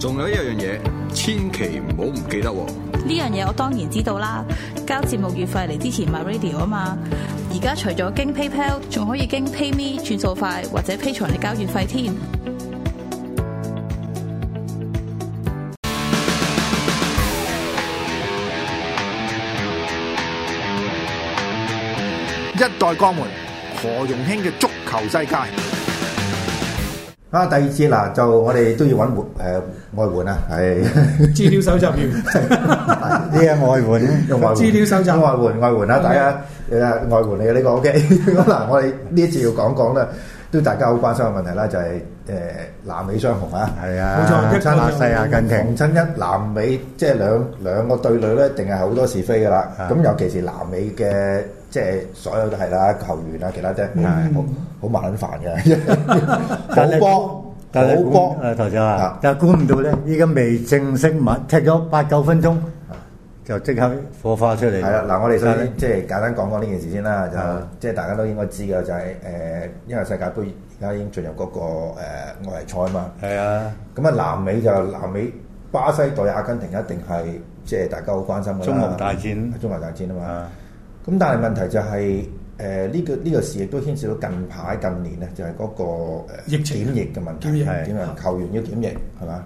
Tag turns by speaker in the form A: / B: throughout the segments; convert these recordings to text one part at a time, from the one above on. A: 仲有一樣嘢，千祈唔好唔記得喎。
B: 喎。呢樣嘢我當然知道啦，交節目月費嚟之前 My Radio 啊嘛。而家除咗經 PayPal，仲可以經 PayMe 轉數快或者 Patreon 嚟交月費添。
C: 一代鋼門何容興嘅足球世界。
D: 啊，第二節嗱，就我哋都要揾援誒外援啊， 係
E: 資料搜集員，
D: 呢個外援，用外援
E: 資料搜集
D: 外援外援啦，啊大家誒外援嚟嘅呢個 OK。咁 嗱，我哋呢一節要講講咧，都大家好關心嘅問題啦，就係誒南美雙雄啊，
F: 係啊，
E: 冇錯一個就
F: 巴西阿
D: 逢
F: 根廷，
D: 親一南美即係兩兩個對壘咧，一定係好多是非噶啦。咁尤其是南美嘅，即係所有都係啦，球員啊，其他啲好好麻撚煩嘅，
F: 但係
D: 好波
F: 但係
D: 好
F: 估
D: 波
F: 誒台長啊
D: 啊，
F: 但係估唔到咧，依家未正式密踢咗八九分鐘，就即刻火花出嚟。
D: 係啦，嗱，我哋首
F: 但係
D: 先即係簡單講講呢件事先啦，就
F: 啊
D: 即係大家都應該知嘅，就係誒，因為世界盃而家已經進入嗰個誒外圍賽嘛。
F: 係啊，
D: 咁啊，南美就南美巴西對阿根廷一定係即係大家好關心嘅啦。
F: 中蒙大戰
D: 中蒙大戰啊嘛
F: 啊。
D: 咁但係問題就係誒呢個呢個事亦都牽涉到近排近年咧，就係嗰個誒
E: 疫
F: 啊
E: 情
D: 檢疫嘅問題，
E: 檢疫
D: 係點樣球員要檢疫係嘛？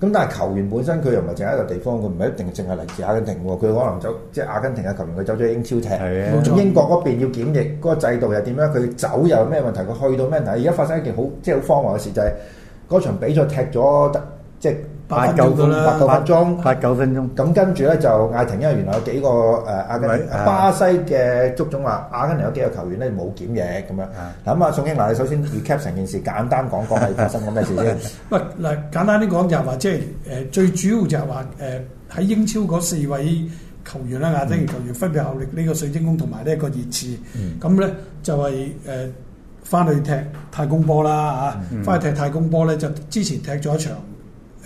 D: 咁但係球員本身佢又唔係淨係一個地方，佢唔係一定淨係嚟自阿根廷喎，佢可能走即係阿根廷嘅球員，佢走咗英超踢，
F: 係啊
E: 冇錯
D: 咁英國嗰邊要檢疫嗰、個制度又點樣？佢走又有咩問題？佢去到咩問題？而家發生一件好即係好荒謬嘅事，就係、嗰場比賽踢咗得即係
E: 八
F: 九
E: 分鐘啦
D: 八九分鐘。
F: 八九分鐘，
D: 咁跟住咧就嗌停，因為原來有幾個誒、呃阿根廷
F: 咪啊
D: 巴西嘅足總話，阿根廷有幾個球員咧冇檢疫咁樣。嗱咁啊，宋英娜，你首先 recap 成件事，簡單講講係發生咗咩事先。
E: 喂嗱，簡單啲講就係話，即係誒最主要就係話誒喺英超嗰四位球員啦，亞洲球員分別效力呢個水晶宮同埋呢一個熱刺，
F: 嗯
E: 咁咧、就係誒翻去踢太空波啦
F: 嗯
E: 嚇，翻、去踢太空波咧就之前踢咗一場。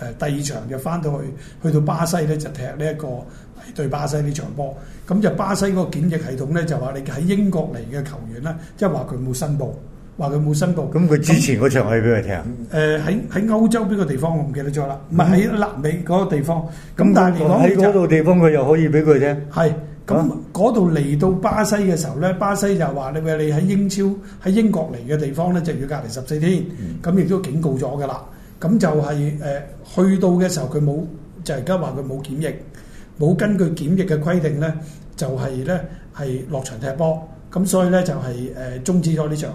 E: 誒、第二場就翻到去去到巴西咧就踢呢、一個對巴西呢場波，咁就巴西嗰個檢疫系統咧就話你喺英國嚟嘅球員咧，即係話佢冇申報，話佢冇申報。
F: 咁佢之前嗰場去俾佢踢啊，
E: 誒喺喺歐洲邊個地方我唔記得咗啦，唔係喺南美嗰個地方。
F: Ừ,
E: 咁但係嚟講
F: 喺
E: 你
F: 嗰
E: 就
F: 度地方佢又可以俾佢踢，
E: 係咁
F: 啊
E: 嗰度嚟到巴西嘅時候咧，巴西就話你喂你喺英超喺英國嚟嘅地方咧就要隔離十四天，咁亦都警告咗㗎啦。咁就係、誒、去到嘅時候佢冇就係而家話佢冇檢疫，冇根據檢疫嘅規定咧，就係咧係落場踢波，咁所以咧就係、誒、終止咗呢場。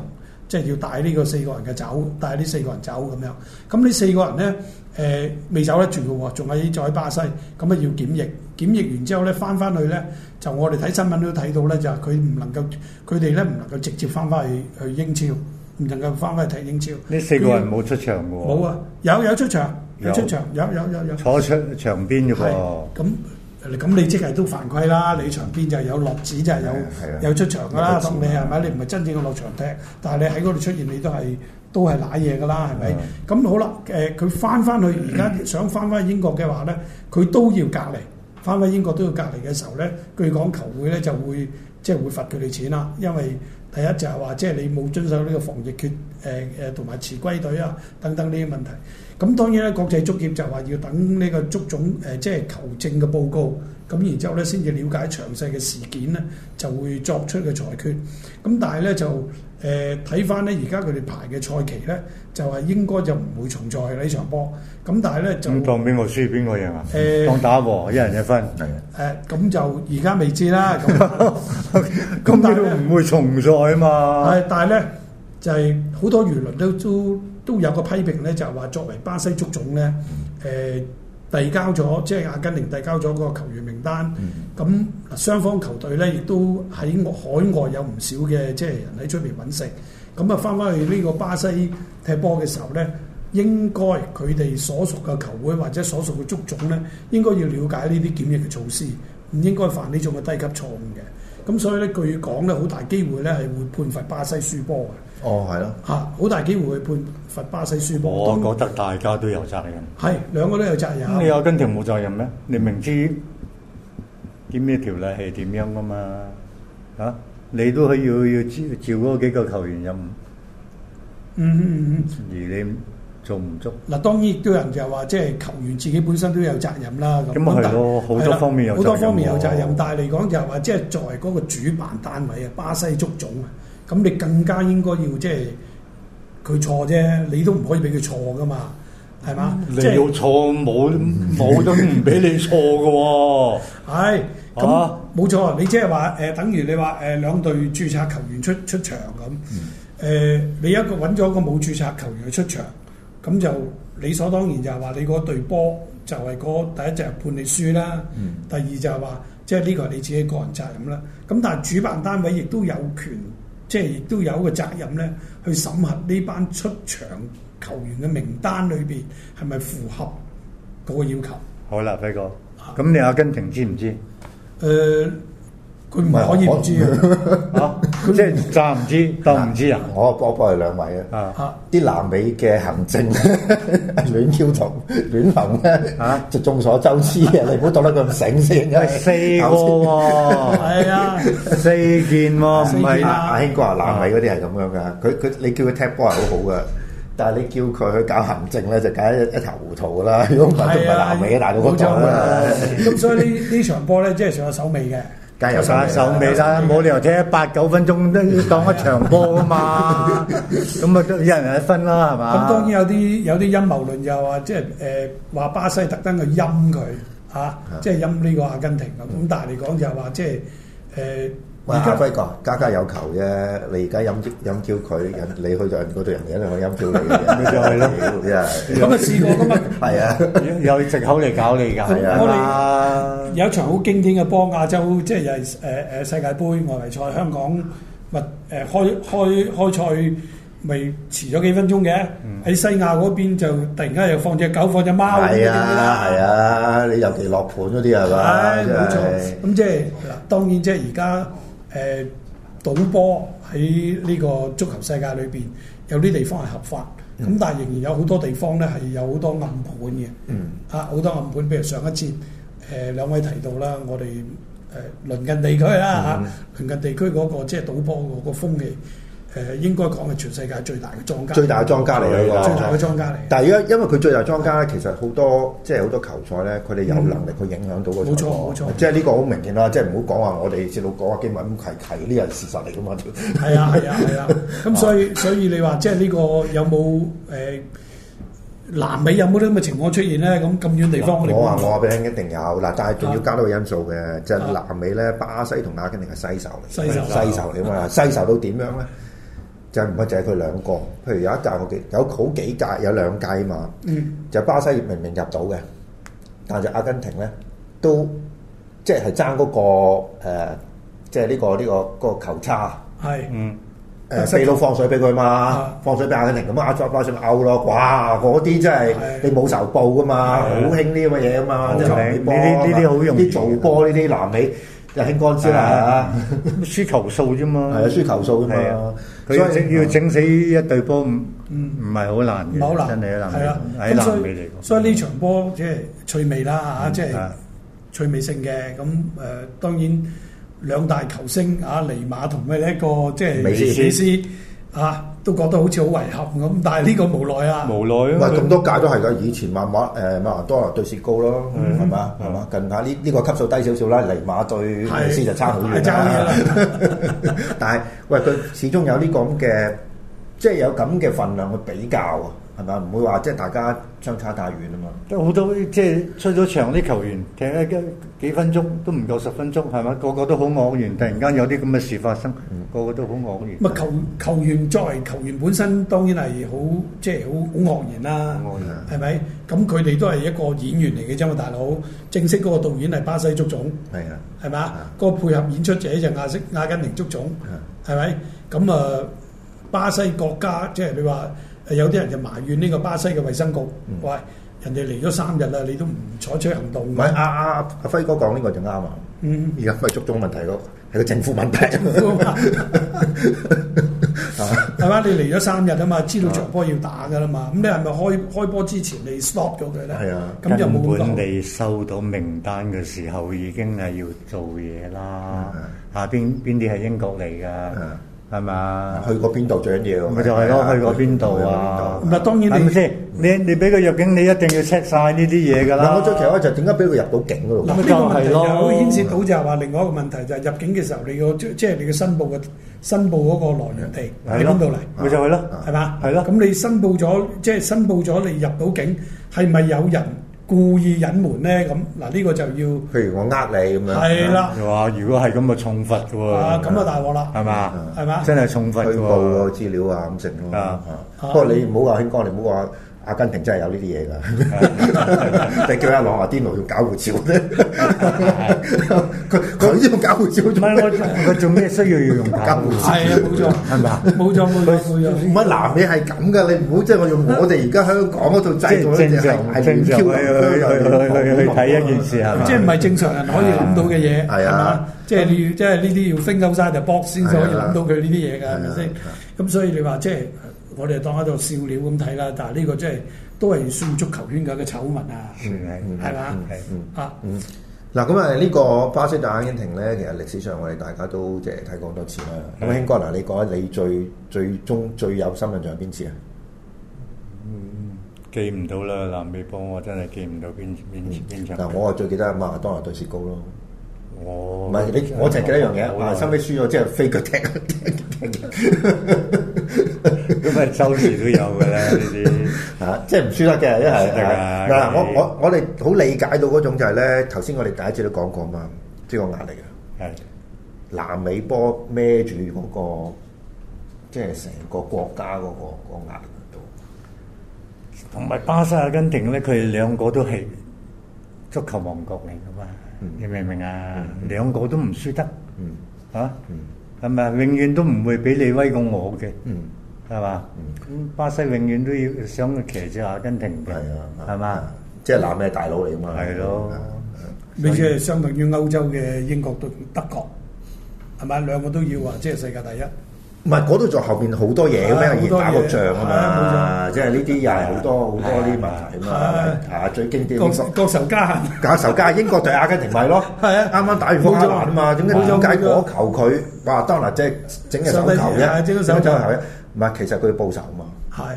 E: 即係要帶呢個四個人嘅走，帶呢四個人走咁樣。咁呢四個人咧，誒、未走得住嘅喎，仲喺仲喺巴西，咁啊要檢疫。檢疫完之後咧，翻翻去咧，就我哋睇新聞都睇到咧，就係佢唔能夠，佢哋咧唔能夠直接翻翻去去英超，唔能夠翻翻去踢英超。
F: 呢四個人冇出場嘅喎，
E: 冇啊，有有出場，有
F: 有
E: 出場，有有有有。
F: 坐出場邊嘅
E: 係
F: 噃。
E: 咁咁你即係都犯規啦！你場邊就係有落子，就係
D: 係啊係啊
E: 有有出場噶啦。當你係咪？你唔係真正嘅落場踢，但係你喺嗰度出現，你都係都係揦嘢噶啦，係咪？咁好啦，誒佢翻翻去而家想翻翻英國嘅話咧，佢都要隔離。翻翻英國都要隔離嘅時候咧，據講球會咧就 會即係會罰佢哋錢啦，因為第一就係話即係你冇遵守呢個防疫決誒誒同埋持歸隊啊等等呢啲問題。咁當然咧，國際足協就話要等呢個足總誒、呃即係球證嘅報告，咁然之後咧先至了解詳細嘅事件咧，就會作出嘅裁決。咁但係咧就誒睇翻咧，而家佢哋排嘅賽期咧，就係應該就唔會重賽嘅呢場波。咁但係咧就
F: 咁當邊個輸邊個贏啊？
E: 誒
F: 當打和，一人一分。
E: 誒呃咁就而家未知啦。咁
F: 咁你都唔會重賽啊嘛？
E: 誒，但係咧就係、好多輿論都都都有個批評咧，就係、話作為巴西足總咧，誒、遞交咗即係阿根廷遞交咗個球員名單，咁、嗱雙方球隊咧亦都喺海外有唔少嘅即係人喺出邊揾食，咁啊翻返去呢個巴西踢波嘅時候咧。應該佢哋所屬嘅球會或者所屬嘅足總咧，應該要了解呢啲檢疫嘅措施，唔應該犯呢種嘅低級錯誤嘅。咁所以咧，據講咧，好大機會咧係會判罰巴西輸波嘅，
D: 哦，係咯，
E: 嚇、好大機會去判罰巴西輸波。
F: 我
E: 當
F: 覺得大家都有責任。
E: 係兩個都有責
F: 咁你
E: 任。
F: 有跟條冇責任咩？你明知點呢條例係點樣噶嘛？啊，你都係要要照照嗰幾個球員任務，
E: 嗯嗯嗯嗯。
F: 而你做唔足。
E: 嗱，當然亦都有人就係話，即係球員自己本身都有責任啦。
F: 咁咪係咯
E: 但
F: 好多方面有責
E: 好
F: 任
E: 多方面有責
F: 喎
E: 任。但係嚟講就係話，即係作為嗰個主辦單位啊，巴西足總啊，咁你更加應該要即係佢錯啫，你都唔可以俾佢錯噶嘛，係嘛？
F: 你
E: 即
F: 要
E: 係
F: 錯冇冇都唔俾你錯嘅喎。
E: 係咁
F: 啊
E: 冇錯，你即係話誒，等於你話誒兩隊註冊球員出出場咁，誒你一個揾咗個冇註冊球員去出場，咁就理所當然就係話你嗰隊波就係嗰第一隻判你輸啦，第二就係話即係呢個係你自己個人責任啦。咁但係主辦單位亦都有權，即係亦都有個責任咧，去審核呢班出場球員嘅名單裏邊係咪符合嗰個要求。
F: 好啦，輝哥，咁你阿根廷知唔知？
E: 誒，呃佢唔係可以唔知嘅。
F: 啊，即係暫唔知，當唔知啊？
D: 我我幫你兩位啊，
F: 啊，
E: 嚇
D: 啲南美嘅行政 亂挑動亂諗咧
F: 啊，
D: 就眾所周知嘅，你唔好當得佢咁醒先，因為
F: 係四個喎，
E: 係啊，
F: 四件喎，唔
E: 四件
F: 係
E: 啊
D: 阿興哥話南美嗰啲係咁樣噶，佢佢你叫佢踢波係好好噶，但係你叫佢去搞行政咧，就梗係一一頭糊塗噶啦。如 果唔 係都唔係
E: 係啊，
D: 南美嘅大佬嗰
E: 冇錯啊
D: 度啦。
E: 咁所以呢呢場波咧，即係上有手尾嘅。
D: 梗係有
F: 殺手尾啦，冇理由踢八九分鐘都當一場波 噶嘛，咁啊都一人一分啦，係
D: 啊
F: 嘛？
E: 咁當然有啲有啲陰謀論又話，即係誒話巴西特登去陰佢嚇，
D: 啊
E: 即係陰呢個阿根廷咁。咁但係嚟講就係話，即係誒
D: 喂，阿
E: 而家
D: 輝哥，家家有求啫。你而家飲飲叫佢，人你去到人嗰度，人哋一定去飲叫你嘅。
F: 咪就係咯
D: 真係
E: 咁啊試過噶嘛。
D: 係啊，
F: 有藉口嚟搞你㗎，
D: 係啊
E: 我
F: 啊，
E: 有一場好經典嘅波，亞洲即係又係誒誒世界盃外圍賽，香港咪誒、呃、開開開賽咪遲咗幾分鐘嘅，喺、西亞嗰邊就突然間又放只狗放只貓咁
D: 嗯係
E: 樣
D: 啊，係
E: 啦，
D: 啊，你尤其落盤嗰啲係嘛？
E: 係冇錯。咁即係嗱，當然即係而家誒賭波喺呢個足球世界裏邊，有啲地方係合法。咁、但係仍然有好多地方咧係有好多暗盤嘅，
D: 嗯
E: 啊好多暗盤，譬如上一節誒、呃、兩位提到啦，我哋誒、呃、鄰近地區啦
D: 嗯
E: 嚇，鄰近地區嗰、個即係賭波嗰個風氣，誒、呃、應該講係全世界最大嘅莊家，
D: 最大嘅莊家嚟嘅喎
E: 最大嘅莊家嚟嘅。
D: 但係而家因為佢最大莊家咧，其實好多即係好多球賽咧，佢哋有能力去影響到個賽
E: 冇錯
D: 果
E: 冇錯
D: 即係呢個好明顯啦。即係唔好講話我哋節目講話基文咁契契，呢個係事實嚟噶嘛。
E: 係啊係啊係 啊， 咁所
F: 哦
E: 以所以你話即係呢個有冇誒南美有冇啲咁嘅情況出現咧？咁咁遠地
F: 哦
E: 方我哋
D: 我
F: 啊
D: 話我
E: 冇
D: 話俾你聽，一定有嗱，但係仲要加多個因素嘅，就係南美咧，巴西同阿根廷係西仇嚟，
E: 西仇
D: 西仇嚟啊嘛，西仇到點樣咧？就唔係就係佢兩個，譬如有一屆我記有好幾屆有兩屆啊嘛，
E: 嗯
D: 就巴西明明入到嘅，但就阿根廷咧都即係爭嗰個誒，即係呢個呢個嗰個球差。
E: 係
F: 嗯，
D: 誒秘佬放水俾佢嘛
E: 啊，
D: 放水俾阿根廷咁啊，再加上歐咯，哇！嗰啲真係
E: 係
D: 你冇仇報噶嘛，好興呢啲咁嘅嘢啊嘛，
F: 冇
D: 即係
F: 錯
D: 南美波
F: 呢啲呢啲好容易啊
D: 啲做波呢啲南美就興乾先啦
F: 輸球數啫
D: 嚇，
F: 嘛，
D: 係啊，輸球數㗎
F: 係
D: 嘛
F: 啊，，佢要整要
D: 整
F: 整死一隊波唔
E: 嗯
F: 唔係好難
E: 唔係好
F: 嘅，
E: 難
F: 真係喺南
E: 係
D: 啊
E: 啦，
F: 美
E: 咁所
F: 喺南美
E: 以
F: 嚟講，
E: 所以呢場波即係趣味啦嚇，即係
F: 啊
E: 趣味性嘅咁誒，當然兩大球星啊，尼馬同咩呢一個即係
D: 美斯
E: 美斯啊，都覺得好似好遺憾咁，但係呢個無奈啊，
F: 無奈
D: 唔
F: 啊
D: 係，咁多屆都係㗎，以前馬馬誒馬拉多拿對薛高咯，係嘛係嘛？近排呢呢個級數低少少啦，尼馬對美斯就差好遠
E: 係差好遠
D: 啦。 但係喂，佢始終有呢個咁嘅，即係有咁嘅份量去比較啊，係咪唔會話即係大家相差太遠啊嘛。
F: 都好多即係出咗場啲球員踢咗幾幾分鐘都唔夠十分鐘係咪？個個都好愕然，突然間有啲咁嘅事發生，個個都好愕然。
E: 咁啊球球員作為球員本身當然係好即係好好愕然啦
F: 好愕然，
E: 係咪？咁佢哋都係一個演員嚟嘅啫嘛，大佬。正式嗰個導演係巴西足總，
D: 係啊，
E: 係咪啊
D: 啊？
E: 個配合演出者就亞式阿根廷足總，係咪？咁啊，巴西國家即係你話誒有啲人就埋怨呢個巴西嘅衛生局，喂，人哋嚟咗三日啦，你都唔採取行動
D: 唔
E: 嘅，
D: 係阿阿阿阿輝哥講呢個就啱啊！
E: 嗯，
D: 而家唔係足中問題咯，係個政府問題。
F: 啊
E: 係嘛？你嚟咗三日啊嘛，知道場波要打噶啦
F: 啊
E: 嘛，咁你係咪開開波之前你 stop 咗佢咧？
D: 係啊
E: 咁就冇咁
F: 根
E: 講
F: 本你收到名單嘅時候已經係要做嘢啦。下邊邊啲係英國嚟㗎
D: 嗯，
F: 係嘛？
D: 去過邊度最緊要？
F: 咪就係咯，去過邊度啊？
E: 唔係當然
F: 係
E: 你
F: 咪先？你你俾個入境，你一定要 check 晒呢啲嘢㗎啦。
D: 嗱，我最奇怪就係點解俾佢入到境嗰度？
E: 嗱，呢個問題
F: 就係
E: 就
F: 咯
E: 牽涉到就係話另外一個問題就係入境嘅時候，你個即即係你嘅申報嘅申報嗰個來源地
F: 係
E: 喺
F: 咯
E: 邊度嚟？
F: 咪就係咯，
E: 係嘛？
F: 係咯
E: 咁你申報咗，即係申報咗你入到境，係咪有人故意隱瞞咧？咁嗱，呢個就要
D: 譬如我呃你咁樣，
E: 係啦，
F: 又話如果係咁啊，重罰㗎喎。
E: 啊咁啊大鑊啦，
F: 係嘛？
E: 係嘛
F: 真係重罰
D: 虛
F: 㗎
D: 報個
F: 喎。
D: 資料啊咁成咯。
F: 啊
D: 啊不過你唔好話興哥，你唔好話阿根廷真係有呢啲 嘢㗎。你叫阿朗阿甸奴要搞護照啫，佢佢要搞護照
F: 唔
D: 做
F: 係
D: 咩？
F: 我佢做咩需要要用假護照？
E: 係啊，冇錯，
F: 係咪啊？
E: 冇錯，冇錯，冇錯。
D: 唔係嗱，你係咁㗎，你唔好即係我用我哋而家香港嗰套制度咧，
F: 正
D: 就係
F: 常
D: 係
F: 正常去去去去去睇一件事係嘛？
E: 即係唔係正常人可以諗到嘅嘢，
D: 係
E: 係
D: 啊
E: 嘛？即係你要，即係呢啲要 think outside the box 先至可以諗到佢呢啲嘢㗎，係
D: 係
E: 咪
D: 啊
E: 先？咁所以你話即係呃我哋當喺度笑料咁睇啦，但係呢個即係都係算足球圈嘅嘅醜聞啊，
D: 嗯
E: 係嘛？啊，
D: 嗱咁啊，呢個巴西對阿根廷咧，其實歷史上我哋大家都即係睇過好多次啦。咁興哥嗱，你講你最最終最有深印象係邊次啊？
F: 記唔到啦，南美波我真係記唔到邊邊邊場。
D: 嗱，我啊最記得馬拉當拿對雪糕咯。
F: 我
D: 唔係你，我淨係記得一樣嘢，哦啊，收尾輸咗之後飛腳 踢，
F: 咁啊，周時都有㗎啦呢啲。
D: 啊，即係唔輸得嘅，一係
F: 得㗎
D: 啊
F: 嗰啲
D: 嗱，我我我哋好理解到嗰種就係咧，頭先我哋第一次都講過嘛，即係個壓力啊。
F: 係
D: 南美波孭住嗰個，即係成個國家嗰個個壓力喺度。
F: 同埋巴西、阿根廷咧，佢哋兩個都係足球王國嚟㗎嘛，你明唔明啊？兩個都唔輸得，嚇係咪啊？永遠都唔會俾你威過我嘅。
D: 嗯，
F: 係嘛？咁巴西永遠都要想騎住阿根廷嘅，
D: 係啊，
F: 係嘛？
D: 即係南美係大佬嚟㗎嘛。
F: 係咯
D: 啊
E: 你即係相等於歐洲嘅英國對德國，係咪兩個都要啊？即係世界第一。
D: 唔係嗰度仲後邊好多嘢咁
E: 係
D: 樣，以前打過仗啊嘛，
E: 好
D: 即係呢啲又係好多好多啲問題啊嘛，係咪啊最經典
E: 各
D: 英國
E: 各仇家恨，
D: 搞仇家，英國對阿根廷咪咯，
E: 係啊
D: 啱啱打完福克蘭啊嘛，點解
E: 冇
D: 點
E: 錯
D: 解
E: 冇錯
D: 嗰球佢哇當嗱即係整隻手球
E: 上帝係
D: 啫，
E: 啊整隻手球
D: 啫，唔係其實佢要報仇啊嘛。
E: 係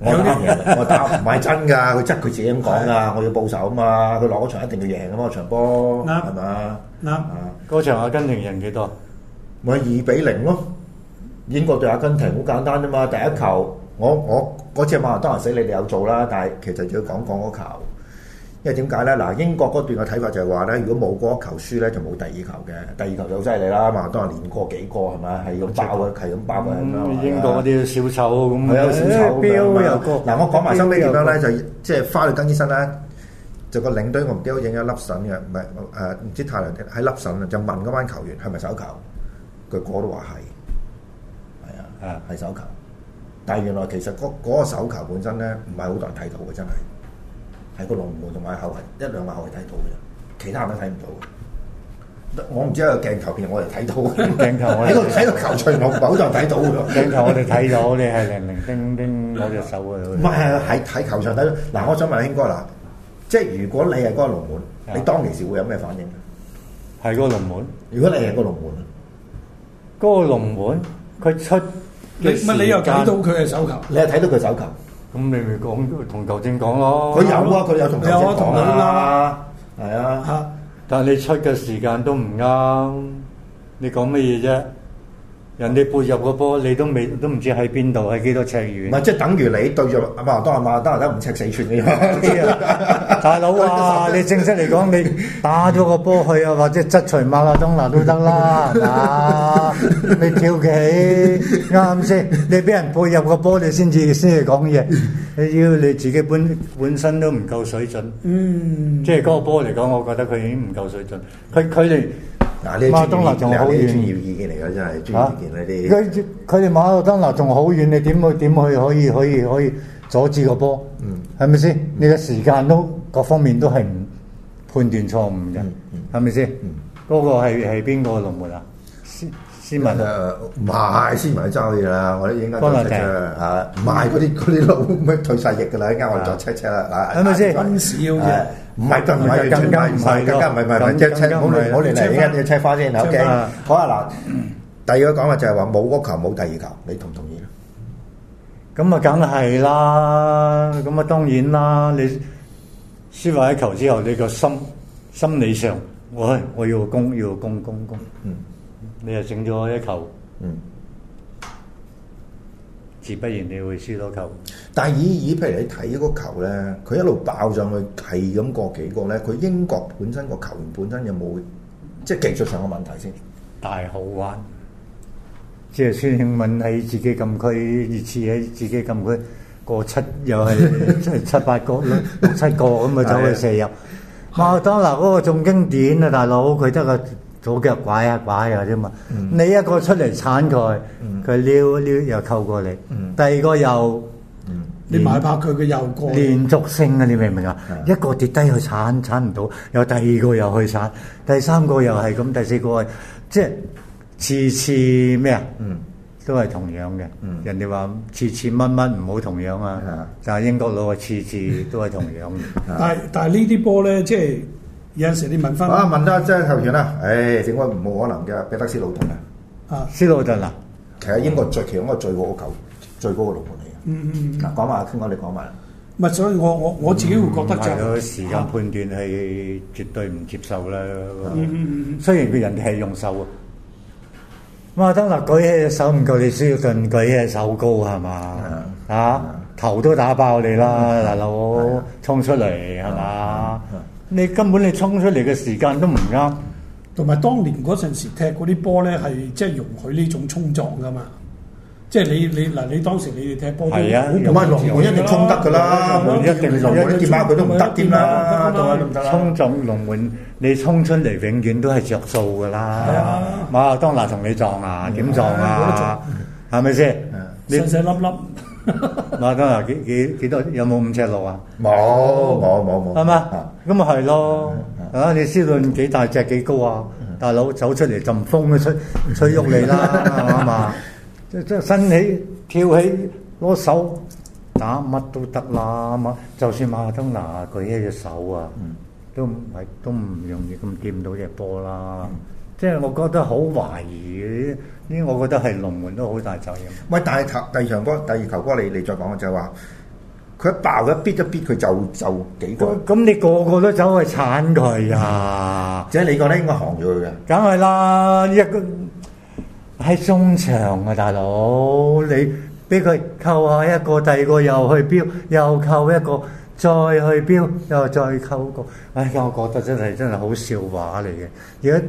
D: 我打唔贏，我打唔 係真㗎，佢執佢自己咁講㗎，我要報仇啊嘛，佢落嗰場一定要贏啊嘛，場波
E: 啱
D: 係嘛？
E: 啱
D: 啊，
F: 嗰場阿根廷人幾多？
D: 咪二比零咯。英國對阿根廷好簡單啫嘛，第一球我我嗰次馬拉當人死你哋有做啦，但係其實要講講嗰球，因為點解咧？嗱，英國嗰段嘅睇法就係話咧，如果冇嗰一球輸咧，就冇第二球嘅。第二球就好犀利啦，馬拉當人連過幾個係咪？係咁爆嘅，係咁啊爆嘅。係咪
F: 咁嗯英國嗰啲小丑咁，
D: 係啊有小丑
F: 標
D: 咁樣
F: 又
D: 啊
F: 高。
D: 嗱，我講埋收尾點樣咧，
F: 標又高？
D: 就即係花女根醫生咧，就個領隊我唔記得影咗粒筍嘅，唔係誒唔知太陽定喺粒筍啊，就問嗰班球員係咪手球，佢個個都話係，係啊，係手球。但係原來其實嗰嗰個手球本身咧，唔係好多人睇到嘅，真係係個龍門同埋後衞一兩個後衞睇到嘅啫，其他人都睇唔到嘅。我唔知喺個鏡頭邊，我哋睇到嘅
F: 鏡頭我哋
D: 喺個喺個球場內，好多人睇到嘅喎。
F: 鏡頭我哋睇到，你係零零丁丁攞隻手啊！
D: 唔係係喺喺球場睇到。嗱，我想問興哥嗱，即係如果你係嗰個龍
F: 啊
D: 門，你當其時會有咩反應？
F: 係嗰個龍門，
D: 如果你係個龍門，
F: 嗰個龍門佢出
E: 你乜你又睇到佢嘅手球？
D: 你係睇到佢手球，
F: 咁你咪講同球證講咯。
D: 佢有啊，佢有同球
E: 有啊
D: 證
E: 同
D: 講
F: À,
E: 佢
D: 啦，係啊，
E: 嚇！
F: 但係你出嘅時間都唔啱，你講乜嘢啫？人哋背入個波，你都未都唔知喺邊度，喺幾多尺
D: 唔
F: 遠。
D: 係即係等於你對住啊馬拉多亞馬拉多亞得五尺四寸嘅
F: 知
D: 啫。
F: 啊， 大佬啊，你正式嚟講，你打咗個波去啊，或者質除馬拉東拿都得啦，係嘛？你跳棋啱唔啱先？你俾人配入個波，你先至先至講嘢。你要你自己本本身都唔夠水準，
E: 嗯，
F: 即係嗰個波嚟講，我覺得佢已經唔夠水準。佢佢哋
D: 嗱，呢啲
F: 麥
D: 專業
F: 當勞
D: 意
F: 仲
D: 嗱
F: 好
D: 呢啲專
F: 遠啊
D: 業意見嚟嘅，真係專
F: 嚇
D: 業意見呢啲。
F: 佢佢哋馬拉當拿仲好遠，你點去點去可以可以可以阻止個波？嗯，係咪先？你嘅時間都各方面都係唔判斷錯誤嘅，係咪先？嗰個係係邊個龍門啊？斯斯文啊，
D: 誒唔係先埋揸嘢啦，我哋已經啱咗車車啦，嚇唔係啊嗰啲 嗰啲老咩退晒役㗎啦，啱我哋咗車車啦，啊
F: 係咪
E: 咁
F: 先
E: 少
D: 誒
E: 啫。
D: 啊唔係就唔係更加唔係更加唔係唔係即係唔好嚟唔好嚟嚟，而家要車花先，OK。好啊嗱，第二個講法就係話冇嗰球冇第二球，你同唔同意咧？
F: 咁啊梗係啦，咁啊當然啦，你輸埋一球之後，你個心心理上，喂，我要攻要攻攻攻，
D: 嗯
F: 你又整咗一球，
D: 嗯。
F: 自不然你會輸多球。
D: 但係以以譬如你睇嗰個球咧，佢一路爆上去係咁過幾個咧，佢英國本身個球員本身有冇即係技術上嘅問題先？
F: 大好玩。即係孫興敏喺自己禁區，熱刺喺自己禁區過七，又係即係七八個六六七個咁啊走去射入。麥當娜嗰個仲經典啊，大佬佢得個左腳拐下拐下啫嘛。你一個出嚟鏟佢，佢撩撩又扣過你，第二個又。
D: 嗯
E: 你買拍佢嘅右過，
F: 連續性啊！你明唔明啊？一個跌低去鏟，鏟唔到，有第二個又去鏟，第三個又係咁，第四個係即係次次咩啊？嗯，都係同樣嘅。嗯、人哋話次次乜乜唔好同樣啊，
D: 啊
F: 但係英國佬啊，次次都係同樣嘅。
E: 但係但係呢啲波咧，即係有陣時你問翻
D: 好啦，啊問啦，即係球員啦，誒點解冇可能嘅？彼得斯魯頓啊，
E: 啊，
F: 斯諾頓啊，
D: 其實英國最其中一個最好嘅球，最高嘅龍門嚟嘅。
E: 嗯嗯，
D: 嗱，講埋傾我哋講埋啦。
E: 唔係，所以我我我自己會覺得
F: 係
E: 就啊
F: 咯，時間判斷係絕對唔接受啦。
E: 嗯嗯嗯
F: 雖然佢人哋係用手啊，馬德勒舉起隻手唔夠你舒頓舉起隻手高係嘛？啊，頭都打爆你啦，大佬衝出嚟係嘛？你根本你衝出嚟嘅時間都唔啱，
E: 同埋當年嗰陣時踢嗰啲波咧，係即係容許呢種衝撞噶嘛。即係你你嗱，你當時你哋踢波都
F: 係啊
E: 好
F: 有
D: 唔係龍門一定衝得㗎啦，
E: 龍門
F: 一定
D: 龍門一掂下佢都唔得添啦，
E: 龍門一掂下佢都
D: 仲有
E: 唔得㗎啦
D: 得啦？
F: 衝撞龍門，你衝出嚟永遠都係着數㗎
E: 係
F: 啦
E: 啊。
F: 馬當拿同你撞啊，點撞啊？係咪先？你
E: 細細粒粒，
F: 馬當拿幾幾幾多？有冇五尺六啊？
D: 冇冇冇冇，
F: 係嘛
D: 啊？？
F: 咁咪係咯，啊！你思論幾大隻幾高啊？大佬走出嚟陣風都吹吹喐你啦，係嘛？即即身起跳起攞手打乜都得啦，嘛！就算馬登拿舉起隻手啊，都唔係都唔容易咁掂到隻波啦。即係我覺得好懷疑嘅，呢我覺得係龍門都好大責任。
D: 喂，但係球第二場波，第二球波，你你再講就係話，佢一爆一逼一逼，佢就就幾個，
F: 咁咁你個個都走去鏟佢啊！
D: 即係你覺得應該行咗佢嘅。
F: 梗係啦，一個喺中場啊，大佬，你俾佢扣下一個，第二個又去標，又扣一個，再去標，又再扣個，唉、我覺得真係真係好笑話嚟嘅。而家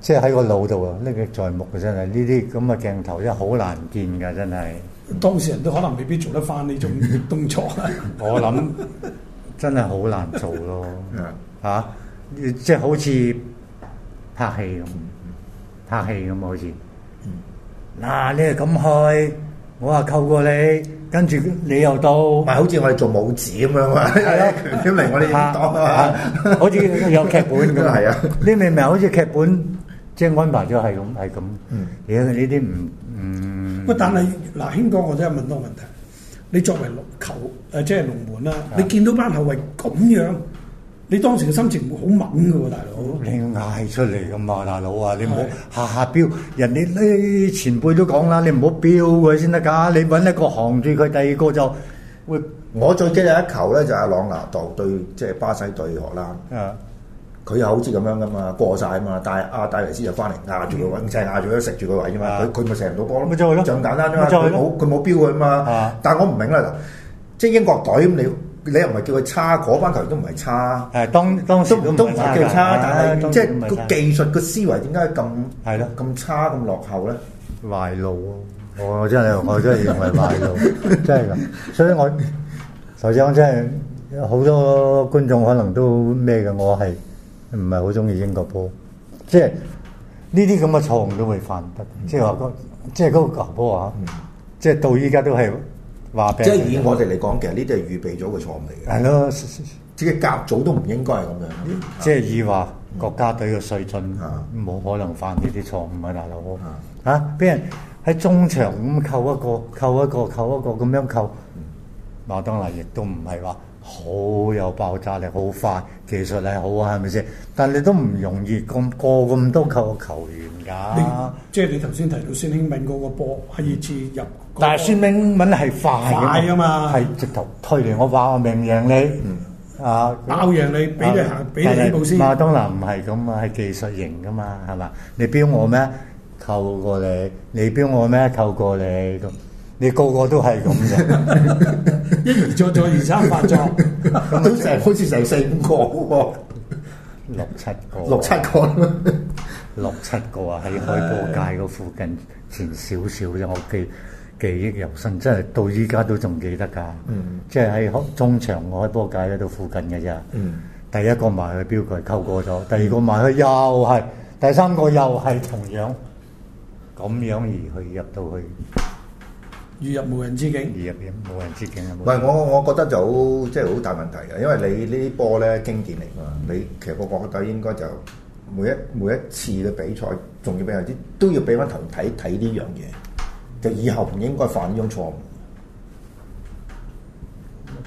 F: 即係喺個腦度啊，呢個在目嘅真係呢啲咁嘅鏡頭真係好難見㗎，真係。
E: 當事人都可能未必做得翻呢種動作。
F: 我諗真係好難做咯
D: 嗯，
F: 嚇、即係好似拍戲咁，拍戲咁好似。Ừ. 嗱、你係咁去，我話扣過你，跟住你又到，
D: 唔係好似我哋做武指咁樣嘛， 點嚟我哋
F: 嚇
D: 當啊？
F: 啊嚇好似有劇本咁。
D: 係啊
F: 你明唔明？好似劇本即係安排咗係咁，係咁
D: 嗯。
F: 嘢呢啲唔唔
E: 喂，但係嗱，興哥，我真係問多個問題。你作為龍球誒，即係龍門啦，
F: 啊
E: 你見到班後衞咁樣，你當時嘅心情會好猛嘅喎，大佬。
F: 你嗌出嚟噶嘛，大佬啊！你唔好下下標，人哋呢前輩都講啦，你唔好標佢先得㗎。你揾一個行住佢，第二個就會
D: 我最記得一球咧，就係朗拿度對即係巴西對荷蘭。
F: 啊
D: 佢又好似咁樣噶嘛，過晒啊嘛，但係阿戴維斯就翻嚟壓住佢位，唔係壓住佢食住佢位啫嘛，
F: 嗯啊
D: 佢佢咪射唔到波咯，
F: 咪就係咯
D: 咁簡單啫嘛，
F: 咪就係
D: 佢
F: 咯
D: 冇佢冇標佢啊嘛
F: 啊，
D: 但係我唔明啦嗱，即係英國隊咁你你又唔係叫佢差，嗰班球員都唔係差，
F: 誒，當當時
D: 都
F: 都
D: 都唔係叫
F: 啊
D: 差，但係即係個
F: 個
D: 技術個思維點解咁
F: 係咯
D: 咁差咁落後咧？
F: 壞路啊！我真係我真係認為壞路， 真係㗎。所以我頭先我真係好多觀眾可能都咩嘅，我係唔係好中意英國波。即係呢啲咁嘅錯誤都會犯得，
D: 嗯
F: 即係話嗰即係嗰個球波啊，即係到依家都係話俾
D: 即係
F: 人
D: 以我哋嚟講，其實呢啲係預備咗嘅錯誤嚟嘅，
F: 係咯，
D: 自己甲組都唔應該係咁樣。
F: 即係以話國家隊嘅水準
D: 啊
F: 冇可能犯呢啲錯誤啊，大佬
D: 啊
F: 嚇俾人喺中場咁扣一個扣一個扣一個咁樣扣，
E: 嗯
F: 馬當拿亦都唔係話好有爆炸力、好快技術係好啊，係咪先？但你都唔容易咁過咁多球嘅球員
E: 你
F: 㗎。
E: 即係你頭先提到孫興敏嗰個波係熱刺入嗰個，
F: 但係孫明文係快㗎
E: 快㗎嘛嗯
F: 係直頭推嚟我話我明贏你，啊
E: 拗贏你，俾你行，俾你起步先。
F: 馬當娜啊唔係咁啊，係技術型噶嘛，係嘛？你標我咩？扣過你，你標我咩？扣過你咁，你個個都係咁啊 嘅，
E: 一而再，再而三發作，
D: 都成 好似成四五個
F: 哦
D: 喎，
F: 六七個，
D: 六七個
F: 六七個啊！喺海波界嗰附近前少少啫，我記記憶猶新，真係到依家都仲記得㗎。嗯，即係喺中場海波界嗰度附近嘅咋。嗯，第一個埋去標佢扣過咗，第二個埋去又係，第三個又係同樣咁樣而去入到去
E: 如入無人之境。
F: 而入邊冇人知境啊！
D: 唔
F: 冇人
D: 係我，我覺得就好即係好大問題嘅，因為你呢啲波咧經典嚟嘛，你其實個國家隊應該就每一每一次嘅比賽，仲要俾人啲都要俾翻頭睇睇呢樣嘢，就以後唔應該犯呢種錯誤。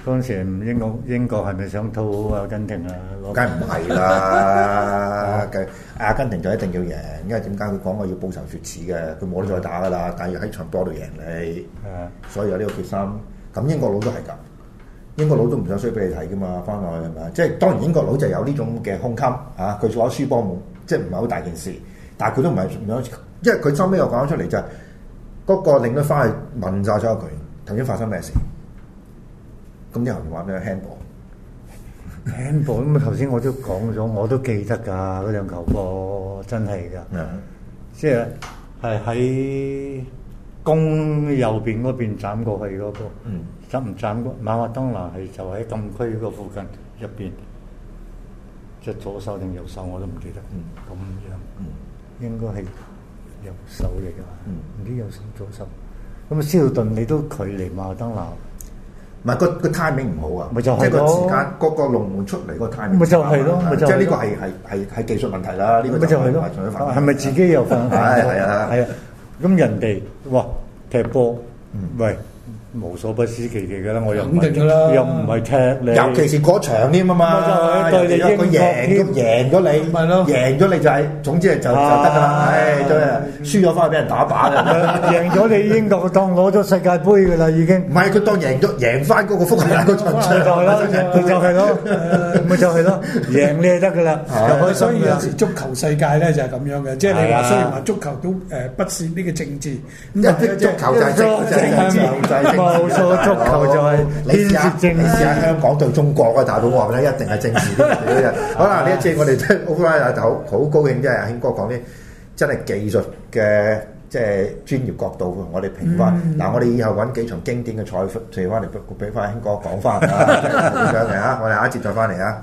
F: 嗰陣時唔英國英國係咪想討好阿根廷啊？攞
D: 梗係唔係啦？梗係阿根廷就一定要贏，因為點解佢講我要報仇雪恥嘅，佢冇得再打噶啦，但係要喺場波度贏你，
F: 誒
D: 所以有呢個決心。咁英國佬都係咁，英國佬都唔想輸俾你睇噶嘛，翻去係咪？即係當然英國佬就有呢種嘅胸襟啊，佢所輸波冇，即係唔係好大件事，但係佢都唔係唔想，因為佢收尾又講出嚟就係、嗰、個領隊翻去問晒所有佢頭先發生咩事，咁啲人就話咩 handball。
F: 輕步咁頭先我都講咗，我都記得㗎嗰兩球波，真係㗎。即係係喺攻右邊嗰邊斬過去嗰、個，
D: 嗯
F: 斬唔斬過？馬馬當拿係就喺禁區嗰附近入邊，即係左手定右手我都唔記得，
D: 嗯
F: 咁、樣、應該係右手嚟㗎，
D: 嗯
F: 唔、知右手左手。咁啊斯諾頓你都距離馬馬當拿，
D: 唔係個個 timing 唔好啊，
F: 咪就係
D: 即係個
F: 咯
D: 時間個個龍門出嚟個 timing，
F: 咪就係咯
D: 唔啱啊
F: 咪
D: 即
F: 就係咯
D: 係呢個係係係係技術問題啦，呢個
F: 咪就係咯，啊係咪自己有份？
D: 係係啊
F: 係啊。咁人哋哇踢波，
D: 嗯
F: 喂無所不思其技㗎啦，我又唔係
E: 肯定㗎啦
F: 又唔係踢你，
D: 尤其是嗰場添啊嘛，
F: 咪就係對你
D: 人哋一個
F: 英
D: 贏
F: 國
D: 都贏咗你，
E: 咪咯
D: 贏咗你就係總之係就就得㗎啦，
F: 啊
D: 唉真係輸咗翻去俾人打靶啦。
F: 贏咗你英國當攞咗世界盃㗎啦已經。
D: 唔係佢當贏咗贏翻嗰個福克蘭嗰場
F: 咪就係咯，
D: 真係
F: 咪就係咯，咪就係咯，贏你就得㗎啦，又開心
E: 所以
F: 㗎
E: 有
F: 啦
E: 時足球世界咧就係咁樣嘅，即係你
F: 係
E: 話
F: 啊
E: 雖然話足球都誒不是呢個政治，咁
D: 一
E: 但係
D: 啲足球就係政治，
F: 冇錯足球就係
D: 你試下
F: 牽涉政治
D: 你試啊下香港對中國啊，大佬我話咧，一定係政治呢啲嘢好啦，啊呢一節我哋真係好啦，好好高興，即係啊阿興哥講啲真係技術嘅。即係專業角度，我哋評翻。嗱、我哋以後揾幾 場經典嘅賽事翻嚟，俾翻興哥講翻啊！真係好想嚟啊！我哋下一節再翻嚟啊！